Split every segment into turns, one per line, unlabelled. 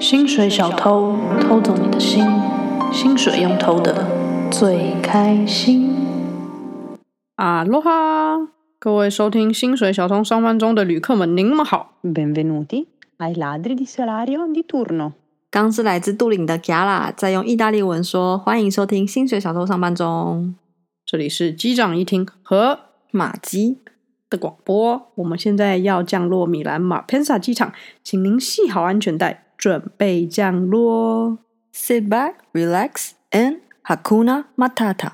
薪水小偷偷走你的心，薪水用偷的最开心。
啊喽哈！各位收听《薪水小偷上班中的旅客们》，您们好。
Benvenuti ai ladri di salario di turno。
刚是来自杜林的 Gala，再用意大利文说：“欢迎收听《薪水小偷上班中
这里是机长一听和》，
马基
的广播。我们现在要降落米兰马佩萨机场，请您系好安全带，准备降落。
sit back, relax and Hakuna Matata。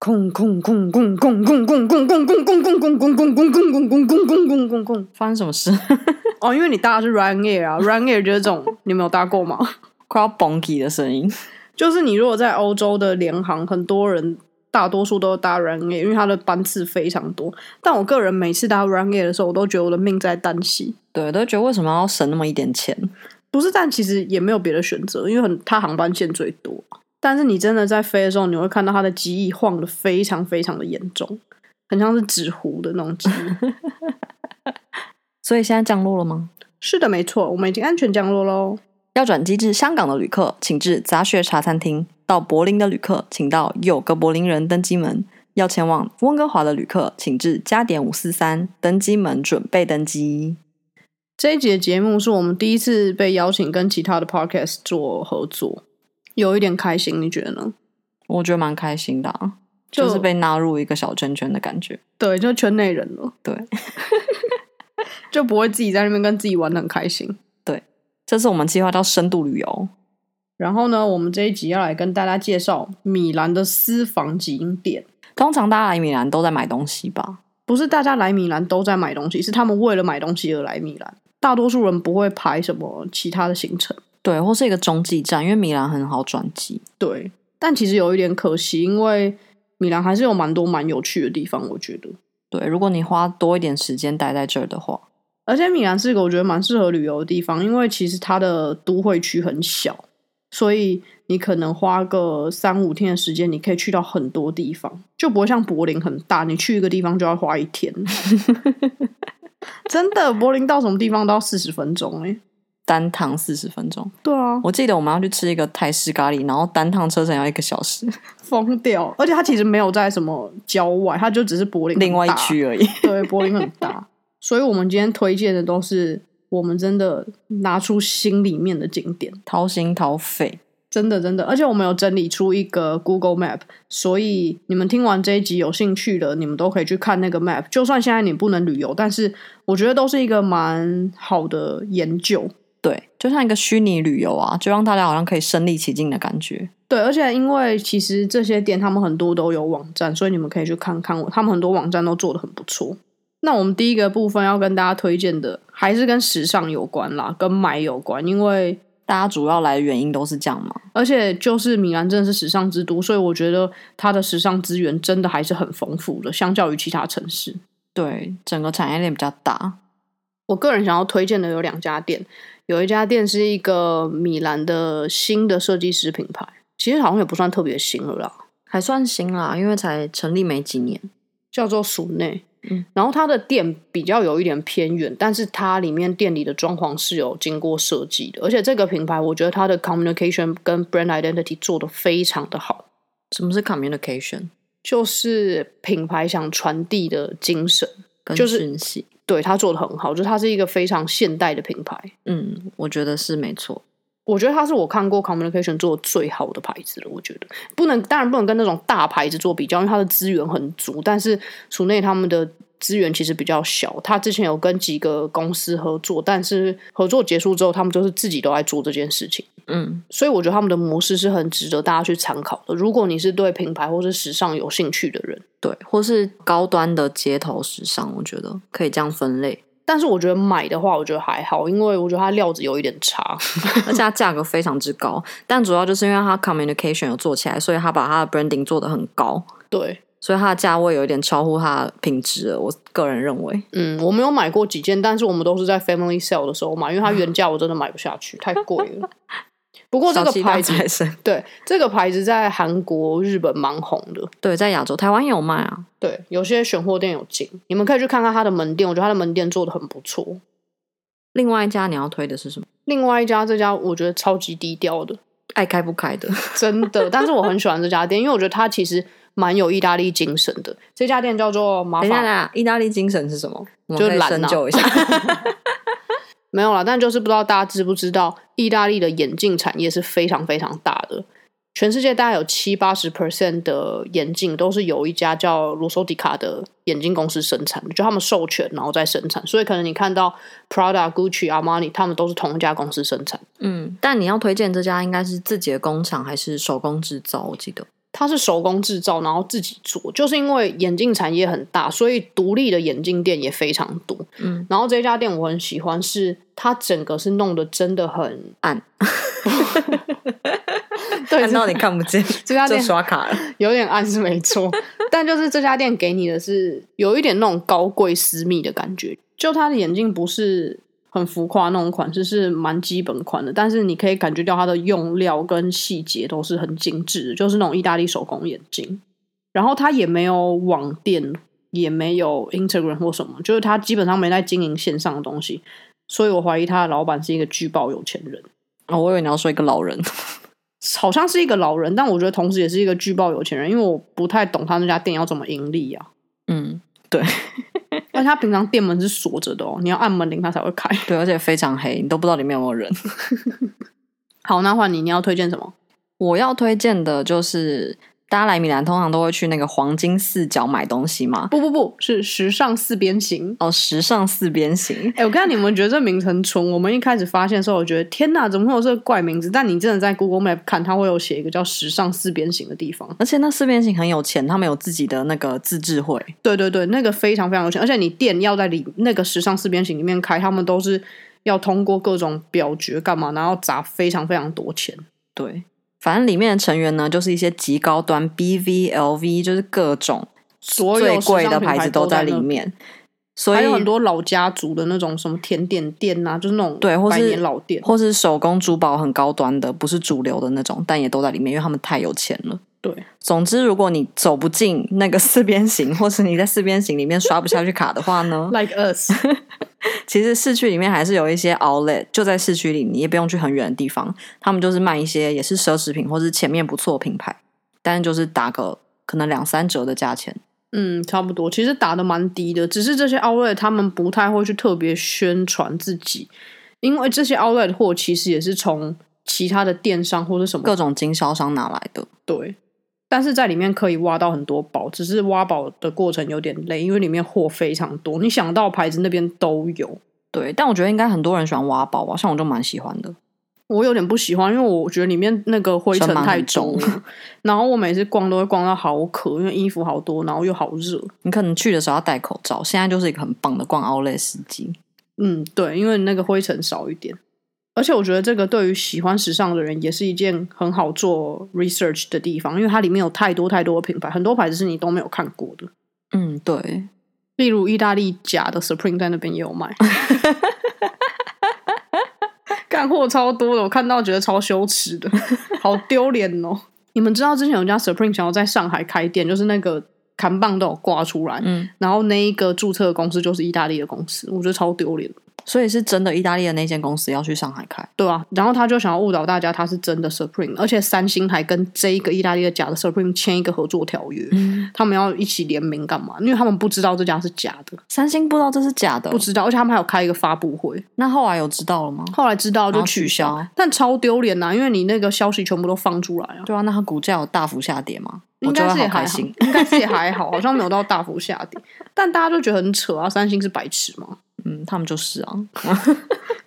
空空空空空空空空空空空空空空空空空空空空空空空”。
发生什么事？
哦，因为你搭的是 Ryanair 啊，Ryanair 就是这种，你没有搭过吗？
快要蹦起的声音。
就是你如果在欧洲的联航，很多人大多数都搭 Ryanair，因为它的班次非常多。但我个人每次搭 Ryanair 的时候，我都觉得我的命在旦夕。
对，都觉得为什么要省那么一点钱？
不是，但其实也没有别的选择，因为很它航班线最多。但是你真的在飞的时候，你会看到它的机翼晃得非常非常的严重，很像是纸糊的那种机翼。
所以现在降落了吗？
是的，没错，我们已经安全降落喽。
要转机至香港的旅客，请至杂学茶餐厅；到柏林的旅客，请到有个柏林人登机门；要前往温哥华的旅客，请至加点五四三登机门准备登机。
这一集的节目是我们第一次被邀请跟其他的 podcast 做合作，有一点开心，你觉得呢？
我觉得蛮开心的、啊，
就
就是被纳入一个小圈圈的感觉。
对，就圈内人了，
对，
就不会自己在那边跟自己玩的很开心。
这次我们计划到深度旅游，
然后呢，我们这一集要来跟大家介绍米兰的私房景点。
通常大家来米兰都在买东西吧？
不是大家来米兰都在买东西，是他们为了买东西而来米兰。大多数人不会排什么其他的行程，
对，或是一个中继站，因为米兰很好转机。
对。但其实有一点可惜，因为米兰还是有蛮多蛮有趣的地方，我觉得。
对，如果你花多一点时间待在这儿的话，
而且米兰是一个我觉得蛮适合旅游的地方，因为其实它的都会区很小，所以你可能花个三五天的时间，你可以去到很多地方，就不会像柏林很大，你去一个地方就要花一 天。真的，柏林到什么地方都要四十分钟哎、
单趟四十分钟。
对啊，
我记得我们要去吃一个泰式咖喱，然后单趟车程要一个小时，
疯掉！而且它其实没有在什么郊外，它就只是柏林很
另外一
大
区而已。
对，柏林很大，所以我们今天推荐的都是我们真的拿出心里面的景点。
掏心掏肺，
真的真的，而且我们有整理出一个 Google Map，所以你们听完这一集有兴趣的，你们都可以去看那个 Map。就算现在你不能旅游，但是我觉得都是一个蛮好的研究。
对，就像一个虚拟旅游啊，就让大家好像可以身临其境的感觉。
对，而且因为其实这些店他们很多都有网站，所以你们可以去看看我，他们很多网站都做的很不错。那我们第一个部分要跟大家推荐的还是跟时尚有关啦，跟买有关，因为
大家主要来的原因都是这样嘛，
而且就是米兰真的是时尚之都，所以我觉得它的时尚资源真的还是很丰富的，相较于其他城市。
对，整个产业链比较大。
我个人想要推荐的有两家店，有一家店是一个米兰的新的设计师品牌，其实好像也不算特别新了啦，
还算新啦，因为才成立没几年。
叫做鼠内。
嗯，
然后它的店比较有一点偏远，但是它里面店里的装潢是有经过设计的，而且这个品牌我觉得它的 communication 跟 brand identity 做的非常的好。
什么是 communication？
就是品牌想传递的精神，
跟
就是
讯息，
对它做的很好，就是它是一个非常现代的品牌。
嗯，我觉得是没错。
我觉得它是我看过 communication 做的最好的牌子了。我觉得不能，当然不能跟那种大牌子做比较，因为它的资源很足。但是鼠内他们的资源其实比较小。他之前有跟几个公司合作，但是合作结束之后，他们就是自己都在做这件事情。
嗯，
所以我觉得他们的模式是很值得大家去参考的。如果你是对品牌或是时尚有兴趣的人，
对，或是高端的街头时尚，我觉得可以这样分类，
但是我觉得买的话，我觉得还好，因为我觉得它料子有一点差。
而且它价格非常之高。但主要就是因为它 communication 有做起来，所以它把它的 branding 做得很高，
对，
所以它的价位有一点超乎它的品质了。我个人认为，
嗯，我没有买过几件，但是我们都是在 Family Sale 的时候买，因为它原价我真的买不下去，太贵了。不过这
嗯小
个
气大
牌子，
财神，
对这个牌子在韩国、日本蛮红的，
对，在亚洲，台湾也有卖啊。
对，有些选货店有进，你们可以去看看它的门店，我觉得它的门店做的很不错。
另外一家你要推的是什么？
另外一家这家我觉得超级低调的，
爱开不开的。
真的。但是我很喜欢这家店，因为我觉得它其实蛮有意大利精神的。这家店叫做马
等一下
法，
啦，意大利精神是什么？我
就
们可以
懒啊
深究一下。
没有啦，但就是不知道大家知不知道，意大利的眼镜产业是非常非常大的。全世界大概有七八十 percent 的眼镜都是由一家叫罗索迪卡的眼镜公司生产的，就他们授权然后再生产，所以可能你看到 Prada、Gucci、Armani 他们都是同一家公司生产。
嗯，但你要推荐这家应该是自己的工厂还是手工制造？我记得
它是手工制造，然后自己做，就是因为眼镜产业很大，所以独立的眼镜店也非常多。
嗯，
然后这家店我很喜欢是，它整个是弄得真的很
暗，
对，
暗到
这
你看不见，
这家
就
店
刷卡了。
有点暗是没错，但就是这家店给你的是有一点那种高贵私密的感觉，就它的眼镜不是很浮夸那种款式，是蛮基本款的，但是你可以感觉到它的用料跟细节都是很精致的，就是那种意大利手工眼镜。然后它也没有网店，也没有 Instagram 或什么，就是它基本上没在经营线上的东西，所以我怀疑它的老板是一个巨爆有钱人。
哦，我以为你要说一个老人。
好像是一个老人，但我觉得同时也是一个巨爆有钱人，因为我不太懂他那家店要怎么盈利啊。
嗯，
而且他平常店门是锁着的哦，你要按门铃他才会开。
对，而且非常黑，你都不知道里面有没有人。
好，那换你，你要推荐什么？
我要推荐的就是，大家来米兰通常都会去那个黄金四角买东西嘛。
不不不，是时尚四边形。
哦，时尚四边形，
哎、我看你们觉得这名称纯，我们一开始发现的时候，我觉得天哪，怎么会有这个怪名字？但你真的在 Google Map 看，它会有写一个叫“时尚四边形”的地方。
而且那四边形很有钱，他们有自己的那个自治会。
对对对，那个非常非常有钱，而且你店要在里那个时尚四边形里面开，他们都是要通过各种表决干嘛，然后砸非常非常多钱。
对，反正里面的成员呢，就是一些极高端 BV、LV，就是各种
所有
最
时
贵
尚
的
品
牌子都
在
在里
那，
面，所以
还有很多老家族的那种什么甜点店呐、就是那种
对，或
百
是
年老 店。
或是手工珠宝很高端的，不是主流的那种，但也都在里面，因为他们太有钱了。
对，
总之，如果你走不进那个四边形，或是你在四边形里面刷不下去卡的话 呢，
Like us，
其实市区里面还是有一些 outlet，就在市区里，你也不用去很远的地方，他们就是卖一些也是奢侈品或是前面不错的品牌，但是就是打个可能两三折的价钱。
嗯，差不多。其实打的蛮低的，只是这些 outlet 他们不太会去特别宣传自己，因为这些 outlet 的货其实也是从其他的电商或者什么
各种经销商拿来的。
对，但是在里面可以挖到很多宝，只是挖宝的过程有点累，因为里面货非常多，你想到牌子那边都有。
对，但我觉得应该很多人喜欢挖宝吧，像我就蛮喜欢的。
我有点不喜欢，因为我觉得里面那个灰尘
尘螨
太
很
重
重
了， 然后我每次逛都会逛到好渴，因为衣服好多，然后又好热。
你可能去的时候要戴口罩，现在就是一个很棒的逛 outlet 时机。
嗯，对，因为那个灰尘少一点，而且我觉得这个对于喜欢时尚的人也是一件很好做 research 的地方，因为它里面有太多太多的品牌，很多牌子是你都没有看过的，
嗯，对，
例如意大利假的 Supreme 在那边也有卖。干货超多的，我看到觉得超羞耻的，好丢脸哦！你们知道之前有一家 Supreme 想要在上海开店，就是那个扛棒都有挂出来，
嗯，
然后那一个注册的公司就是意大利的公司，我觉得超丢脸。
所以是真的，意大利的那间公司要去上海开。
对啊，然后他就想要误导大家他是真的 Supreme，而且三星还跟这一个意大利的假的 Supreme 签一个合作条约，他们要一起联名干嘛？因为他们不知道这家是假的，
三星不知道这是假的
不，知道，而且他们还有开一个发布会，
那后来有知道了吗？
后来知道就
然后取消
消，但超丢脸啊呐、因为你那个消息全部都放出来啊，
对啊，那它股价有大幅下跌吗？
应
我就
该
会
是也
好
还
开
好，
心。
应该是也还好，好像没有到大幅下跌，但大家就觉得很扯啊，三星是白痴吗？
嗯，他们就是啊，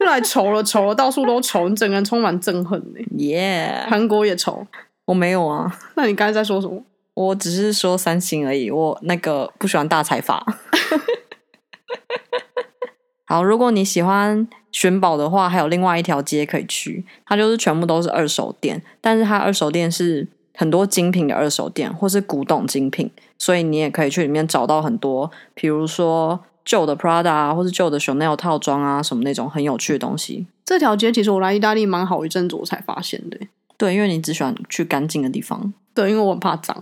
又来愁了愁了，到处都愁，你整个人充满憎恨呢、
耶、
韩国也愁，
我没有啊，
那你刚才在说什么？
我只是说三星而已。我那个不喜欢大财阀。 好，如果你喜欢寻宝的话，还有另外一条街可以去，它就是全部都是二手店，但是它二手店是很多精品的二手店，或是古董精品，所以你也可以去里面找到很多，比如说旧的 Prada 啊，或是旧的 Chanel 套装啊，什么那种很有趣的东西。
这条街其实我来意大利蛮好一阵子，我才发现的欸。
对，因为你只喜欢去干净的地方。
对，因为我很怕脏。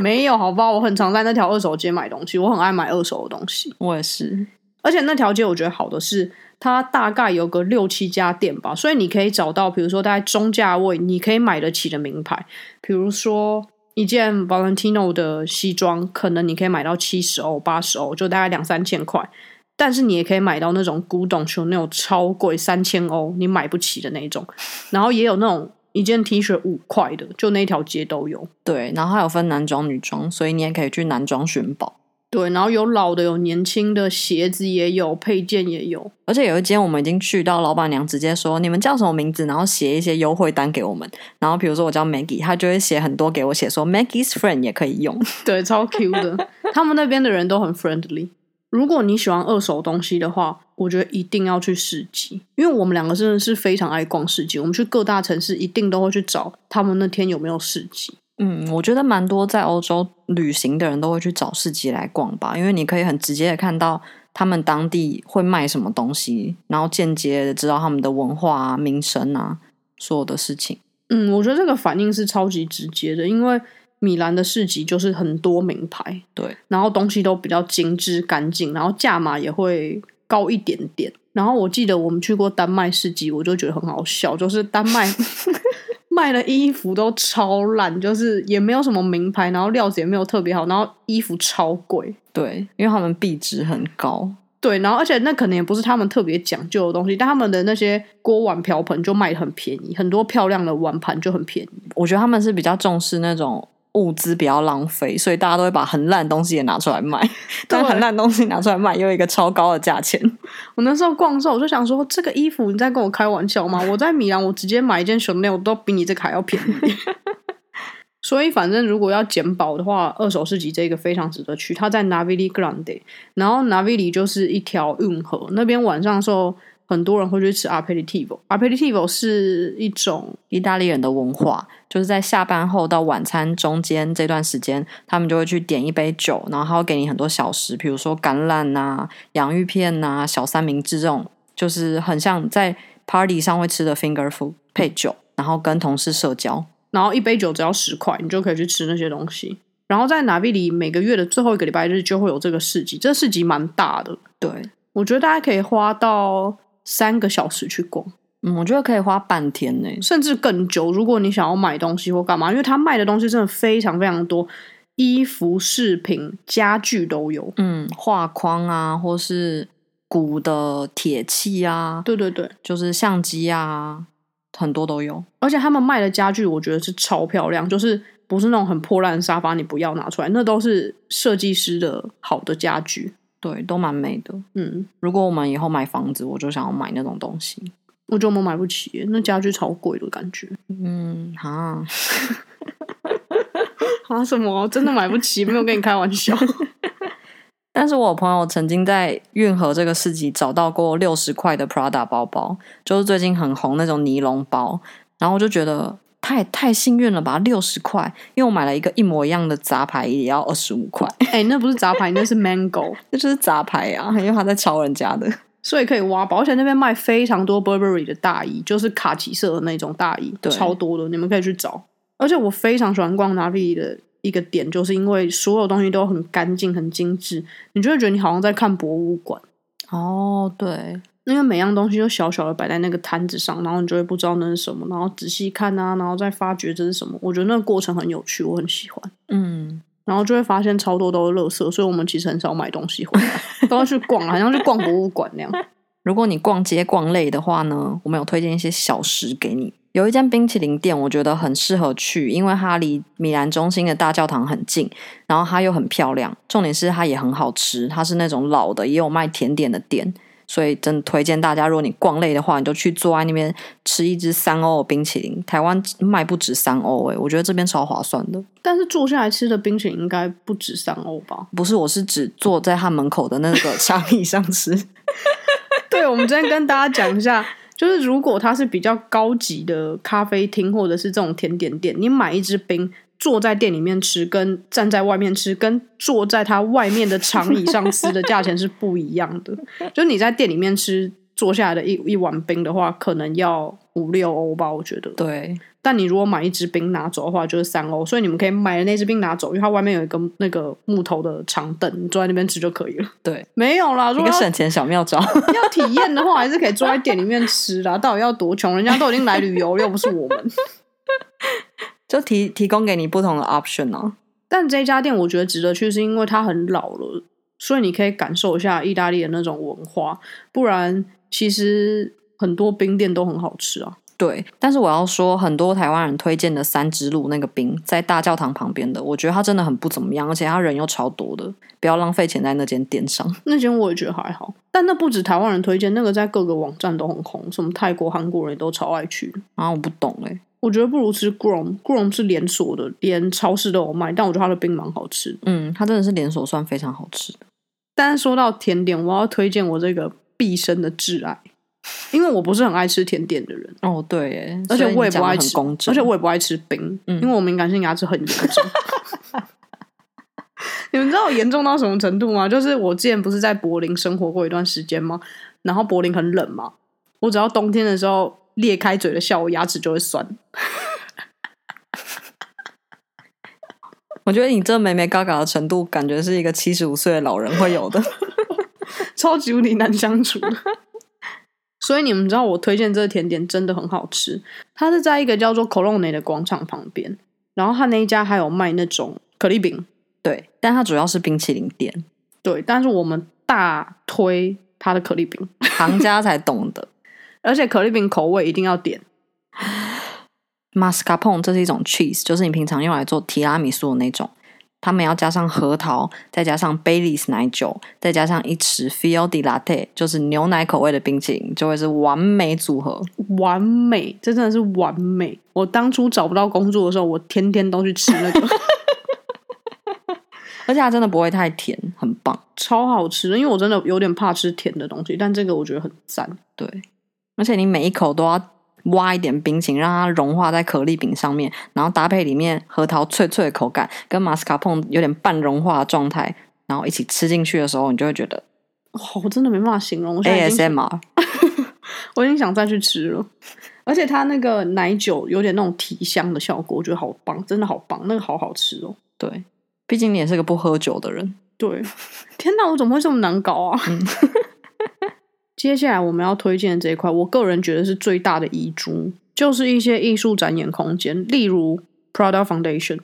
没有，好吧，我很常在那条二手街买东西，我很爱买二手的东西。
我也是，
而且那条街我觉得好的是，它大概有个六七家店吧，所以你可以找到，比如说大概中价位你可以买得起的名牌，比如说一件 Valentino 的西装，可能你可以买到七十欧、八十欧，就大概两三千块。但是你也可以买到那种古董球，那种超贵三千欧，你买不起的那一种。然后也有那种一件 T 恤五块的，就那一条街都有。
对，然后还有分男装、女装，所以你也可以去男装寻宝。
对，然后有老的，有年轻的，鞋子也有，配件也有。
而且有一间我们已经去到，老板娘直接说你们叫什么名字，然后写一些优惠单给我们。然后比如说我叫 Maggie，她就会写很多给我，写说 Maggie's friend 也可以用。
对，超 Q 的。他们那边的人都很 friendly。如果你喜欢二手东西的话，我觉得一定要去市集，因为我们两个真的是非常爱逛市集。我们去各大城市一定都会去找他们那天有没有市集。
嗯，我觉得蛮多在欧洲旅行的人都会去找市集来逛吧，因为你可以很直接的看到他们当地会卖什么东西，然后间接的知道他们的文化啊、民生啊所有的事情。
嗯，我觉得这个反应是超级直接的，因为米兰的市集就是很多名牌，
对，
然后东西都比较精致干净，然后价码也会高一点点。然后我记得我们去过丹麦市集，我就觉得很好笑，就是丹麦卖的衣服都超烂，就是也没有什么名牌，然后料子也没有特别好，然后衣服超贵。
对，因为他们币值很高。
对，然后而且那可能也不是他们特别讲究的东西，但他们的那些锅碗瓢盆就卖的很便宜，很多漂亮的碗盘就很便宜。
我觉得他们是比较重视那种物资不要浪费，所以大家都会把很烂的东西也拿出来 卖。但很烂的东西拿出来卖，又有一个超高的价钱。
我那时候逛的时候，我就想说，这个衣服你在跟我开玩笑吗？我在米兰，我直接买一件 Chanel 都比你这个还要便宜。 所以，反正如果要捡宝的话，二手市集这个非常值得去。它在 Navili Grande，然后 Navili 就是一条运河，那边晚上的时候很多人会去吃 aperitivo。aperitivo 是一种
意大利人的文化就是在下班后到晚餐中间这段时间，他们就会去点一杯酒，然后他会给你很多小食，比如说橄榄呐、洋芋片呐、小三明治这种，就是很像在 party 上会吃的 finger food 配酒，然后跟同事社交。
然后一杯酒只要十块，你就可以去吃那些东西。然后在哪比里每个月的最后一个礼拜日就会有这个市集，这市集蛮大的，
对，
我觉得大家可以花到三个小时去逛，
嗯，我觉得可以花半天呢、
甚至更久。如果你想要买东西或干嘛，因为他卖的东西真的非常非常多，衣服、饰品、家具都有。
嗯，画框啊，或是鼓的铁器啊，
对对对，
就是相机啊，很多都有。
而且他们卖的家具，我觉得是超漂亮，就是不是那种很破烂的沙发，你不要拿出来，那都是设计师的好的家具。
对，都蛮美的。
嗯，
如果我们以后买房子，我就想要买那种东西。
我觉得我们买不起耶，那家具超贵的感觉。
嗯，哈，
啊什么？真的买不起？没有跟你开玩笑。
但是我朋友曾经在运河这个市集找到过六十块的 Prada 包包，就是最近很红那种尼龙包，然后我就觉得太太幸运了吧，六十块，因为我买了一个一模一样的杂牌，也要二十五块，
哎、那不是杂牌，那是 Mango。
那就是杂牌啊，因为他在抄人家的。
所以可以挖宝，而且那边卖非常多 Burberry 的大衣，就是卡其色的那种大衣，
对
超多的，你们可以去找。而且我非常喜欢逛 Navi 的一个点，就是因为所有东西都很干净、很精致，你就会觉得你好像在看博物馆，
哦，对，
因为每样东西都小小的摆在那个摊子上，然后你就会不知道那是什么，然后仔细看啊，然后再发觉这是什么。我觉得那个过程很有趣，我很喜欢。
嗯，
然后就会发现超多都是垃圾，所以我们其实很少买东西回来，都要去逛，好像去逛博物馆那样。
如果你逛街逛累的话呢，我们有推荐一些小食给你。有一间冰淇淋店，我觉得很适合去，因为它离米兰中心的大教堂很近，然后它又很漂亮，重点是它也很好吃。它是那种老的，也有卖甜点的店，所以真的推荐大家，如果你逛累的话，你就去坐在那边吃一支三欧的冰淇淋。台湾卖不止三欧诶，我觉得这边超划算的。
但是坐下来吃的冰淇淋应该不止三欧吧？
不是，我是指坐在它门口的那个 墙壁上吃。
对，我们今天跟大家讲一下，就是如果它是比较高级的咖啡厅或者是这种甜点店，你买一支冰，坐在店里面吃，跟站在外面吃，跟坐在它外面的长椅上吃的价钱是不一样的。就你在店里面吃，坐下来的一一碗冰的话，可能要五六欧吧，我觉得。
对，
但你如果买一支冰拿走的话，就是三欧，所以你们可以买那支冰拿走，因为它外面有一个那个木头的长凳，你坐在那边吃就可以了。
对，
没有啦，如
一
果
个
要
省钱小妙招。
要体验的话，还是可以坐在店里面吃啦。 到底要多穷？人家都已经来旅游了，又不是我们。
就提提供给你不同的 option 哦。
但这家店我觉得值得去，是因为它很老了，所以你可以感受一下意大利的那种文化。不然，其实很多冰店都很好吃啊。
对，但是我要说，很多台湾人推荐的三支路那个冰，在大教堂旁边的，我觉得它真的很不怎么样，而且它人又超多的，不要浪费钱在那间店上。
那间我也觉得还好，但那不止台湾人推荐，那个在各个网站都很红，什么泰国、韩国人也都超爱去。
啊，我不懂哎、
我觉得不如吃 Grom，Grom 是连锁的，连超市都有卖，但我觉得它的冰蛮好吃的。
嗯，它真的是连锁算非常好吃的。
但是说到甜点，我要推荐我这个毕生的挚爱，因为我不是很爱吃甜点的人，
哦，对耶，
而且我也不爱吃
所以你讲得很公，
而
正，
且我也不爱吃冰，
嗯
因为我敏感性牙齿很严重。 你们知道我严重到什么程度吗？就是我之前不是在柏林生活过一段时间吗？然后柏林很冷嘛，我只要冬天的时候裂开嘴的笑，我牙齿就会酸。
我觉得你这美美嘎嘎的程度，感觉是一个七十五岁的老人会有的。
超级无敌难相处的。 所以你们知道我推荐这个甜点真的很好吃，它是在一个叫做 Colonne 的广场旁边，然后它那一家还有卖那种可丽饼，
对，但它主要是冰淇淋店，
对，但是我们大推它的可丽饼，
行家才懂得。
而且可丽饼口味一定要点，
mascarpone 这是一种 cheese，就是你平常用来做提拉米苏的那种。他们要加上核桃，再加上 Baileys 奶酒，再加上一匙 Fior di Latte，就是牛奶口味的冰淇淋，就会是完美组合。
完美，这真的是完美。我当初找不到工作的时候，我天天都去吃那个，
而且它真的不会太甜，很棒。
超好吃的，因为我真的有点怕吃甜的东西，但这个我觉得很赞。
对，而且你每一口都要挖一点冰淇淋，让它融化在可丽饼上面，然后搭配里面核桃脆脆的口感，跟 mascarpone 有点半融化的状态，然后一起吃进去的时候，你就会觉得
哇，我真的没办法形容，我现在已经
ASMR。
我已经想再去吃了。 而且它那个奶酒有点那种提香的效果，我觉得好棒，真的好棒，那个好好吃哦。
对，毕竟你也是个不喝酒的人。
对，天哪，我怎么会这么难搞啊？ 接下来我们要推荐的这一块，我个人觉得是最大的遗珠，就是一些艺术展演空间，例如 Prada Foundation，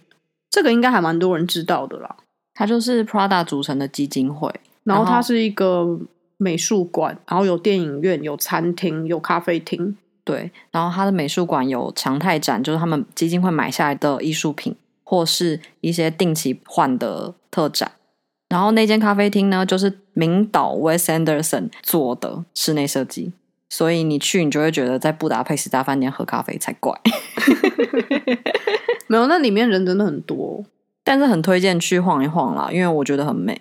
这个应该还蛮多人知道的啦。
它就是 Prada 组成的基金会，
然后
然后
它是一个美术馆，然后有电影院、有餐厅、有咖啡厅，
对。然后它的美术馆有常态展，就是他们基金会买下来的艺术品，或是一些定期换的特展。然后那间咖啡厅呢，就是名导 Wes Anderson 做的室内设计，所以你去你就会觉得在布达佩斯大饭店喝咖啡才怪。
没有，那里面人真的很多哦、
但是很推荐去晃一晃啦，因为我觉得很美。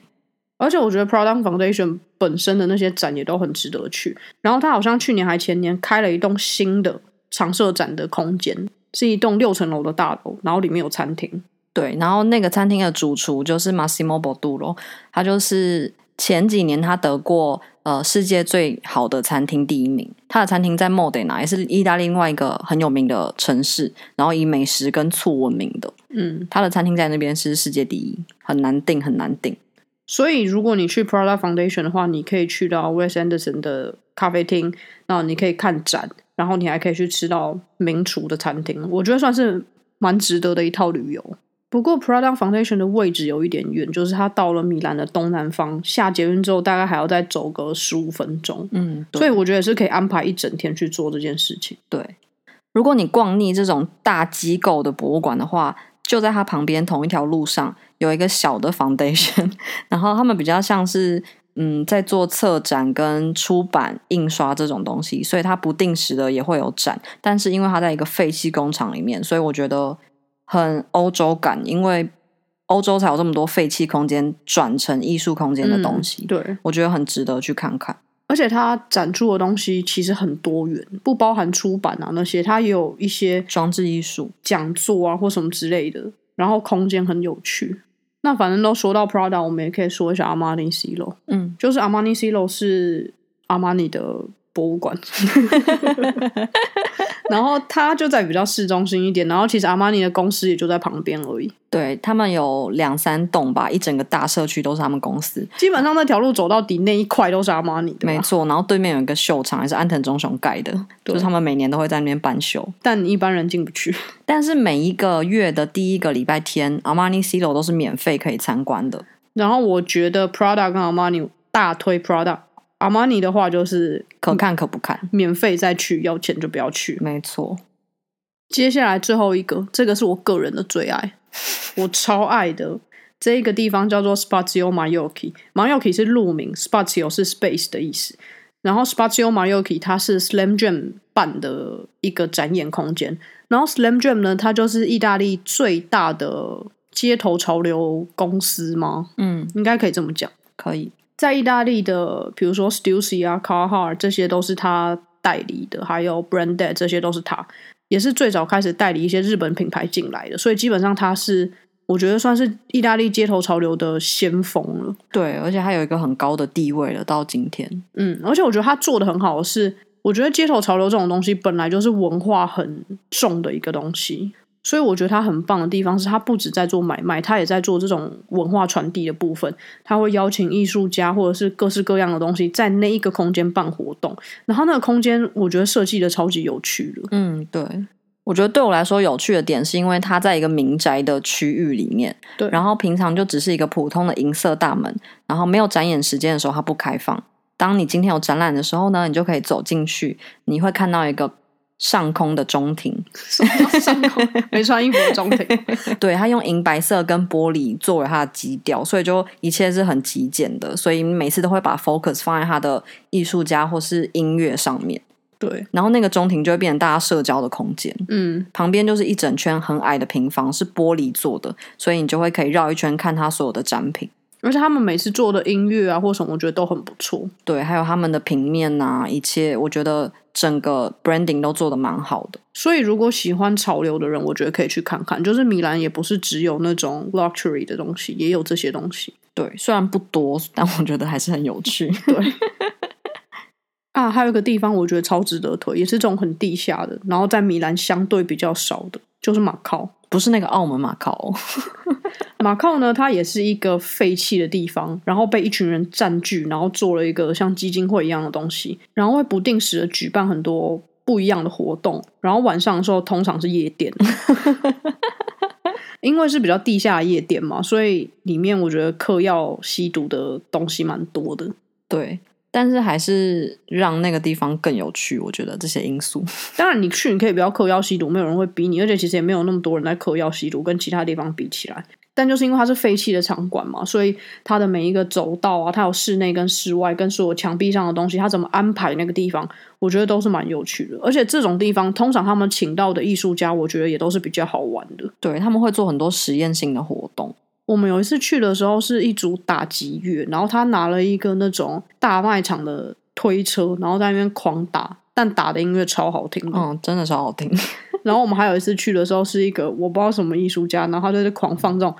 而且我觉得 Prada Foundation 本身的那些展也都很值得去。然后它好像去年还前年开了一栋新的常设展的空间，是一栋六层楼的大楼，然后里面有餐厅。
对，然后那个餐厅的主厨就是 Massimo Bodulo，他就是前几年他得过呃世界最好的餐厅第一名。他的餐厅在 Modena，也是意大利另外一个很有名的城市，然后以美食跟醋闻名的。
嗯，
他的餐厅在那边是世界第一，很难定，很难定。
所以如果你去 Prada Foundation 的话，你可以去到 Wes Anderson 的咖啡厅，然后你可以看展，然后你还可以去吃到名厨的餐厅。我觉得算是蛮值得的一套旅游。不过 Prada Foundation 的位置有一点远，就是它到了米兰的东南方，下捷运之后大概还要再走个十五分钟。
嗯，
所以我觉得也是可以安排一整天去做这件事情。
对，如果你逛腻这种大机构的博物馆的话，就在它旁边同一条路上有一个小的 foundation，然 后他们比较像是嗯在做策展跟出版、印刷这种东西，所以它不定时的也会有展，但是因为它在一个废弃工厂里面，所以我觉得很欧洲感，因为欧洲才有这么多废弃空间转成艺术空间的东西，
嗯对，
我觉得很值得去看看。
而且它展出的东西其实很多元，不包含出版啊那些，它也有一些
装置艺术，
讲座啊或什么之类的，然后空间很有趣。那反正都说到 Prada，我们也可以说一下 Armani Ciro，
嗯，
就是 Armani Ciro 是阿玛尼的博物馆， 然后它就在比较市中心一点，然后其实阿玛尼的公司也就在旁边而已。
对他们有两三栋吧，一整个大社区都是他们公司，
基本上那条路走到底那一块都是阿玛尼的啊吧，
没错。然后对面有一个秀场，也是安藤忠雄盖的，
对
就是他们每年都会在那边办秀。
但一般人进不去。
但是每一个月的第一个礼拜天，Armani C 楼都是免费可以参观的。
然后我觉得 Prada 跟 Armani 大推 Prada。阿玛尼的话就是
可看可不看，
免费再去，要钱就不要去。
没错。
接下来最后一个，这个是我个人的最爱，我超爱的。这个地方叫做 Spazio Mariochi。Mariochi 是路名，Spazio 是 space 的意思。然后 Spazio Mariochi 它是 Slam Jam 办的一个展演空间。然后 Slam Jam 呢，它就是意大利最大的街头潮流公司吗？
嗯，
应该可以这么讲。
可以。
在意大利的，比如说 Stussy 啊、Carhartt 这些都是他代理的，还有 Branded 这些都是他，也是最早开始代理一些日本品牌进来的，所以基本上他是我觉得算是意大利街头潮流的先锋了。
对，而且还有一个很高的地位了，到今天。
嗯，而且我觉得他做的很好的是，我觉得街头潮流这种东西本来就是文化很重的一个东西，所以我觉得他很棒的地方是，他不止在做买卖，他也在做这种文化传递的部分。他会邀请艺术家或者是各式各样的东西在那一个空间办活动，然后那个空间我觉得设计的超级有趣的。
嗯，对。我觉得对我来说有趣的点是因为它在一个民宅的区域里面，
对
然后平常就只是一个普通的银色大门，然后没有展演时间的时候它不开放。当你今天有展览的时候呢，你就可以走进去，你会看到一个上空的中庭，
上空没穿衣服的中庭，
对，它用银白色跟玻璃作为它的基调，所以就一切是很极简的，所以每次都会把 focus 放在它的艺术家或是音乐上面，
对，
然后那个中庭就会变成大家社交的空间，
嗯，
旁边就是一整圈很矮的平房，是玻璃做的，所以你就会可以绕一圈看它所有的展品，
而且他们每次做的音乐啊或什么，我觉得都很不错。
对，还有他们的平面呐、一切我觉得整个 branding 都做的蛮好的，
所以，如果喜欢潮流的人，我觉得可以去看看。就是米兰也不是只有那种 luxury 的东西，也有这些东西
对，虽然不多，但我觉得还是很有趣，
啊。还有一个地方我觉得超值得推，也是这种很地下的，然后在米兰相对比较少的，就是马靠。
不是那个澳门马考哦、
马靠呢，它也是一个废弃的地方，然后被一群人占据，然后做了一个像基金会一样的东西，然后会不定时的举办很多不一样的活动，然后晚上的时候通常是夜店，因为是比较地下的夜店嘛，所以里面我觉得嗑药、吸毒的东西蛮多的。
对，但是还是让那个地方更有趣，我觉得这些因素。
当然，你去你可以不要嗑药吸毒，没有人会逼你，而且其实也没有那么多人在嗑药吸毒，跟其他地方比起来。但就是因为它是废弃的场馆嘛，所以它的每一个走道啊，它有室内跟室外，跟所有墙壁上的东西，它怎么安排那个地方，我觉得都是蛮有趣的。而且这种地方，通常他们请到的艺术家，我觉得也都是比较好玩的。
对，他们会做很多实验性的活动，
我们有一次去的时候是一组打击乐，然后他拿了一个那种大卖场的推车，然后在那边狂打，但打的音乐超好听的。
嗯，真的超好听。
然后我们还有一次去的时候，是一个我不知道什么艺术家，然后他就是狂放这种，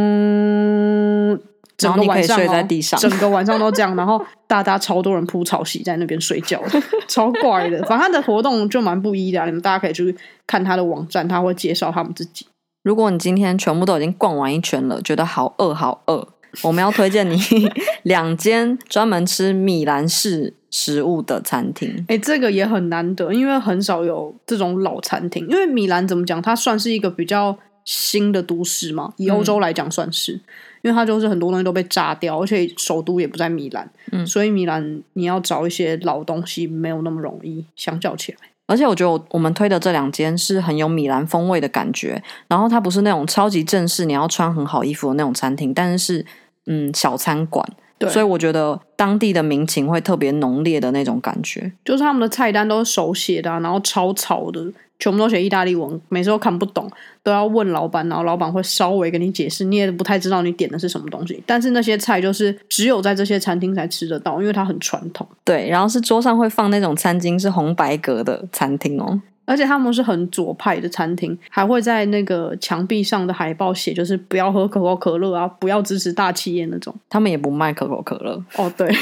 嗯，整个晚上、哦、
然后你可以睡在地上
整个晚上都这样，然后大家超多人铺草席在那边睡觉 的，超怪的。反正他的活动就蛮不一的啊、你们大家可以去看他的网站，他会介绍他们自己。
如果你今天全部都已经逛完一圈了，觉得好饿好饿，我们要推荐你 两间专门吃米兰式食物的餐厅。
哎，这个也很难得，因为很少有这种老餐厅。因为米兰怎么讲，它算是一个比较新的都市嘛，以
嗯
欧洲来讲算是，因为它就是很多东西都被炸掉，而且首都也不在米兰，
嗯
所以米兰你要找一些老东西没有那么容易。相较起来，
而且我觉得我我们推的这两间是很有米兰风味的感觉，然后它不是那种超级正式，你要穿很好衣服的那种餐厅，但是是嗯小餐馆，
对
所以我觉得当地的民情会特别浓烈的那种感觉。
就是他们的菜单都是手写的啊、然后超草的，全部都写意大利文，每次都看不懂，都要问老板，然后老板会稍微跟你解释，你也不太知道你点的是什么东西。但是那些菜就是只有在这些餐厅才吃得到，因为它很传统。
对，然后是桌上会放那种餐巾是红白格的餐厅哦，
而且他们是很左派的餐厅，还会在那个墙壁上的海报写，就是不要喝可口可乐啊，不要支持大企业那种。
他们也不卖可口可乐。
哦，对。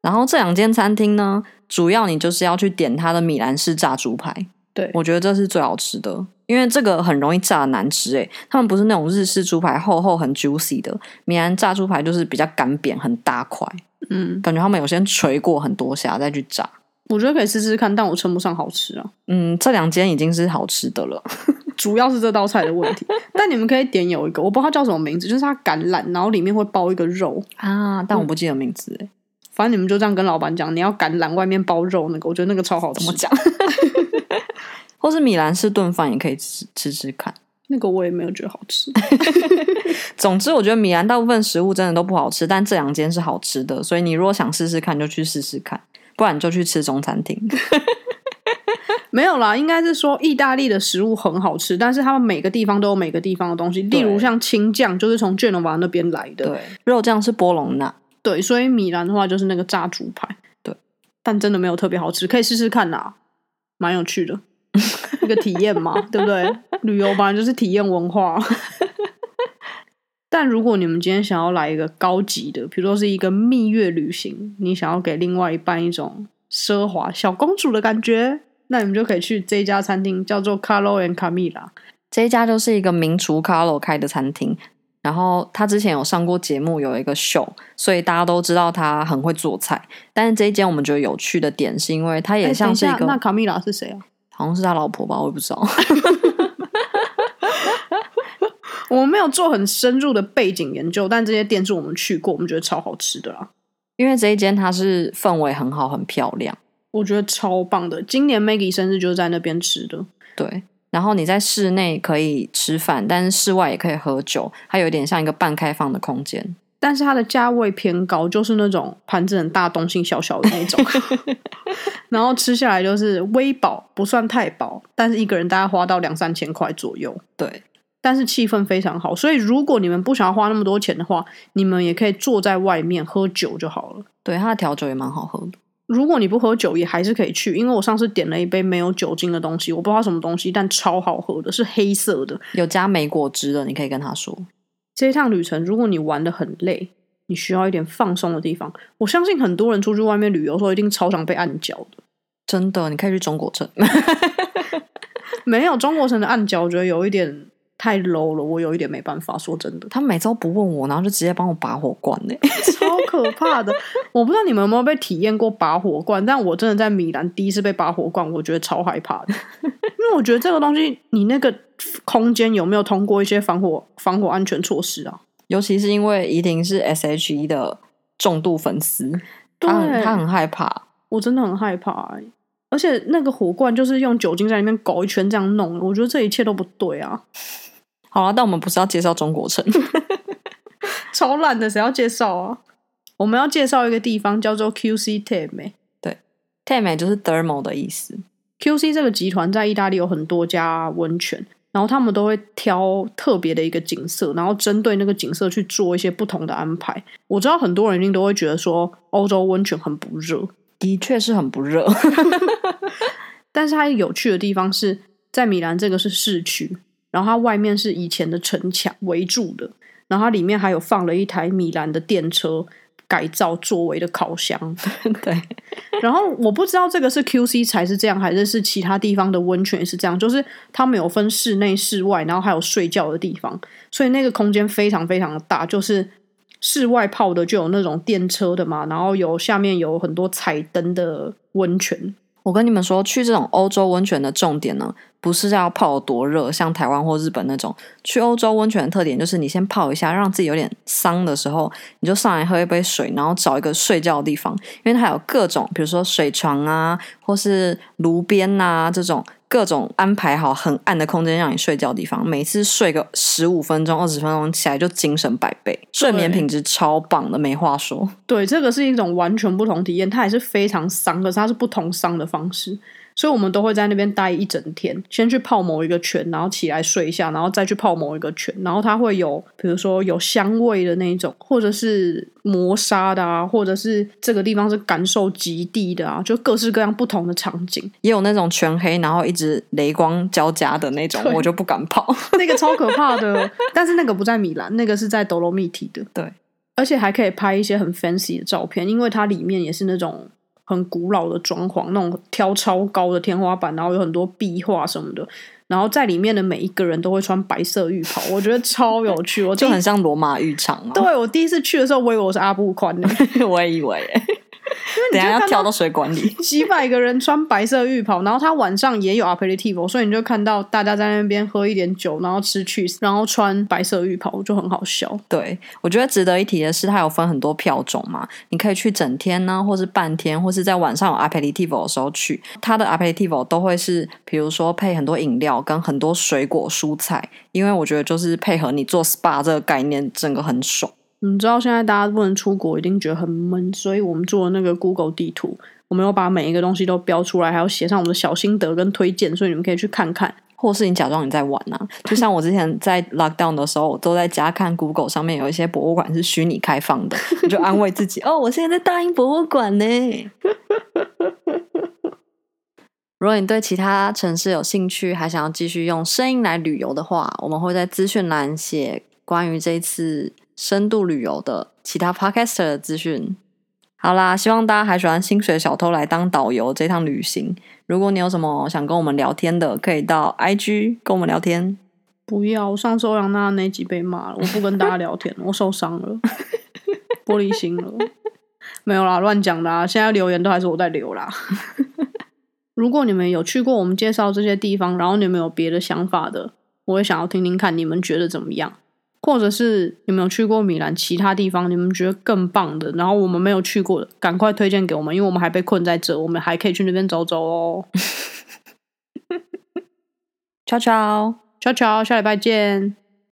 然后这两间餐厅呢，主要你就是要去点它的米兰式炸猪排，
对
我觉得这是最好吃的，因为这个很容易炸难吃诶、欸他们不是那种日式猪排厚厚很 juicy 的，米兰炸猪排就是比较干扁很大块，
嗯，
感觉他们有些锤过很多下再去炸。
我觉得可以试试看，但我称不上好吃啊，
嗯，这两间已经是好吃的了。
主要是这道菜的问 题。但你们可以点有一个，我不知道它叫什么名字，就是它橄榄，然后里面会包一个肉，
啊， 但我不记得名字欸，
反正你们就这样跟老板讲，你要橄榄外面包肉那个，我觉得那个超好吃。
怎么讲？或是米兰式炖饭也可以吃吃吃看。
那个我也没有觉得好吃。
总之，我觉得米兰大部分食物真的都不好吃，但这两间是好吃的，所以你如果想试试看，就去试试看，不然你就去吃中餐厅。
没有啦，应该是说意大利的食物很好吃，但是他们每个地方都有每个地方的东西，例
对
如像青酱就是从卷龙瓦那边来的，
对， 肉酱是波隆纳，
对，所以米兰的话就是那个炸猪排，
对，
但真的没有特别好吃，可以试试看啦，蛮有趣的，一个体验嘛，对不对？旅游本来就是体验文化。 但如果你们今天想要来一个高级的，比如说是一个蜜月旅行，你想要给另外一半一种奢华小公主的感觉，那你们就可以去这一家餐厅，叫做 Carlo and Camila。
这一家就是一个名厨 Carlo 开的餐厅。然后他之前有上过节目，有一个秀，所以大家都知道他很会做菜。但是这一间我们觉得有趣的点，是因为它也
哎
像是一
等下
个，
那 Camila 是谁啊？
好像是他老婆吧，我也不知道。
我们没有做很深入的背景研究，但这些店是我们去过，我们觉得超好吃的啊啦。
因为这一间它是氛围很好，很漂亮，
我觉得超棒的。今年 Maggie 生日就是在那边吃的，
对。然后你在室内可以吃饭，但是室外也可以喝酒，它有点像一个半开放的空间。
但是它的价位偏高，就是那种盘子很大、东西小小的那种。然后吃下来就是微饱，不算太饱，但是一个人大概花到两三千块左右。
对，
但是气氛非常好，所以如果你们不想要花那么多钱的话，你们也可以坐在外面喝酒就好了。
对，它的调酒也蛮好喝的。
如果你不喝酒，也还是可以去，因为我上次点了一杯没有酒精的东西，我不知道什么东西，但超好喝的，是黑色的，
有加莓果汁的，你可以跟他说。
这一趟旅程，如果你玩的很累，你需要一点放松的地方。我相信很多人出去外面旅游的时候，一定超常被按脚的。
真的，你可以去中国城。 ，
没有中国城的按脚，我觉得有一点太 low 了，我有一点没办法。说真的
他每次都不问我，然后就直接帮我拔火罐欸呢、
超可怕的。我不知道你们有没有被体验过拔火罐，但我真的在米兰第一次被拔火罐，我觉得超害怕的， 因为我觉得这个东西，你那个空间有没有通过一些防火防火安全措施啊？
尤其是因为怡婷是 S.H.E 的重度粉丝，她很
对
她很害怕。
我真的很害怕、欸，而且那个火罐就是用酒精在里面搞一圈这样弄，我觉得这一切都不对啊，
好了，但我们不是要介绍中国城，
超烂的，谁要介绍啊？我们要介绍一个地方叫做 QC Tame、
太美就是 thermal 的意思。
QC 这个集团在意大利有很多家温泉，然后他们都会挑特别的一个景色，然后针对那个景色去做一些不同的安排。我知道很多人一定都会觉得说欧洲温泉很不热，
的确是很不热，
但是它有趣的地方是在米兰这个是市区，然后它外面是以前的城墙围住的，然后它里面还有放了一台米兰的电车改造作为的烤箱。
对，
然后我不知道这个是 QC 才是这样，还是是其他地方的温泉也是这样，就是他们有分室内、室外，然后还有睡觉的地方，所以那个空间非常非常的大，就是。室外泡的就有那种电车的嘛，然后有下面有很多彩灯的温泉，
我跟你们说，去这种欧洲温泉的重点呢，不是要泡多热，像台湾或日本那种。去欧洲温泉的特点就是，你先泡一下，让自己有点伤的时候，你就上来喝一杯水，然后找一个睡觉的地方，因为它有各种，比如说水床啊，或是炉边呐、这种各种安排好很暗的空间让你睡觉的地方。每次睡个十五分钟、二十分钟，起来就精神百倍，睡眠品质超棒的，没话说。
对，这个是一种完全不同体验，它也是非常伤，可是它是不同伤的方式，所以我们都会在那边待一整天，先去泡某一个泉，然后起来睡一下，然后再去泡某一个泉，然后它会有比如说有香味的那一种，或者是磨砂的啊，或者是这个地方是感受极地的啊，就各式各样不同的场景，
也有那种全黑，然后一直雷光交加的那种，
对
我就不敢泡。
哦那个超可怕的，但是那个不在米兰，那个是在德罗密提的，
对。
而且还可以拍一些很 fancy 的照片，因为它里面也是那种很古老的装潢，那种挑超高的天花板，然后有很多壁画什么的，然后在里面的每一个人都会穿白色浴袍，我觉得超有趣。我第
就
一
很像罗马浴场啊。
对我第一次去的时候，我以为我是阿布宽 的，
我也以为耶，等一下要跳到水管 里。
几百个人穿白色浴袍，然后他晚上也有 aperitivo，所以你就看到大家在那边喝一点酒，然后吃 cheese，然后穿白色浴袍，就很好笑。
对，我觉得值得一提的是，它有分很多票种嘛，你可以去整天呢，或是半天，或是在晚上有 aperitivo 的时候去。它的 aperitivo 都会是，比如说配很多饮料跟很多水果蔬菜，因为我觉得就是配合你做 spa 这个概念，整个很爽。
你知道现在大家不能出国，一定觉得很闷，所以我们做的那个 Google 地图，我们有把每一个东西都标出来，还有写上我们的小心得跟推荐，所以你们可以去看看。
或是你假装你在玩啊，就像我之前在 lockdown 的时候，我都在家看 Google 上面有一些博物馆是虚拟开放的，我就安慰自己，哦，我现在在大英博物馆呢。如果你对其他城市有兴趣，还想要继续用声音来旅游的话，我们会在资讯栏写关于这一次深度旅游的其他 podcaster 的资讯。好啦，希望大家还喜欢薪水小偷来当导游这趟旅行。如果你有什么想跟我们聊天的，可以到 IG 跟我们聊天。
不要，我上次欧阳娜娜那一集被骂了，我不跟大家聊天了，我受伤了，玻璃心了，没有啦，乱讲的啊！现在留言都还是我在留啦。 如果你们有去过我们介绍这些地方，然后你们有别的想法的，我也想要听听看你们觉得怎么样，或者是你们有去过米兰其他地方，你们觉得更棒的，然后我们没有去过的，赶快推荐给我们，因为我们还被困在这，我们还可以去那边走走哦。
悄悄。
悄悄，下礼拜见。